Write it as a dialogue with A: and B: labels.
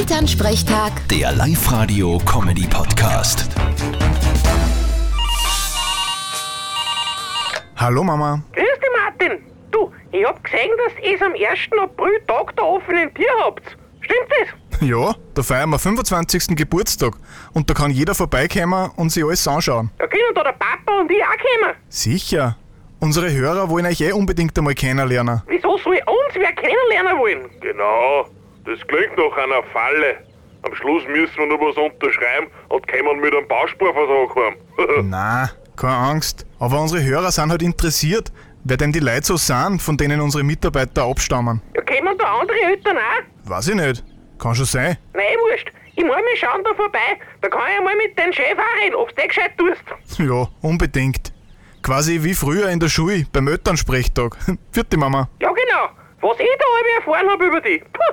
A: Elternsprechtag,
B: Der Live-Radio-Comedy-Podcast.
C: Hallo Mama.
D: Grüß dich, Martin. Du, ich hab gesehen, dass ihr am 1. April Tag der offenen Tür habt. Stimmt das?
C: Ja, da feiern wir 25. Geburtstag und da kann jeder vorbeikommen und sich alles anschauen.
D: Da können da der Papa und ich auch kommen.
C: Sicher. Unsere Hörer wollen euch eh unbedingt einmal kennenlernen.
D: Wieso soll uns wer kennenlernen wollen?
E: Genau, das klingt nach einer Falle. Am Schluss müssen wir nur was unterschreiben und kommen mit einem Bausparvertrag heim.
C: Na, keine Angst. Aber unsere Hörer sind halt interessiert, wer denn die Leute so sind, von denen unsere Mitarbeiter abstammen.
D: Da kommen da andere Eltern auch?
C: Weiß ich nicht. Kann schon sein.
D: Nein, wurscht. Ich muss mal schauen da vorbei. Da kann ich mal mit deinem Chef auch reden, ob's dir gescheit tust.
C: Ja, unbedingt. Quasi wie früher in der Schule beim Elternsprechtag. Vierte Mama.
D: Ja, genau. Was ich da alle erfahren hab über dich. Puh,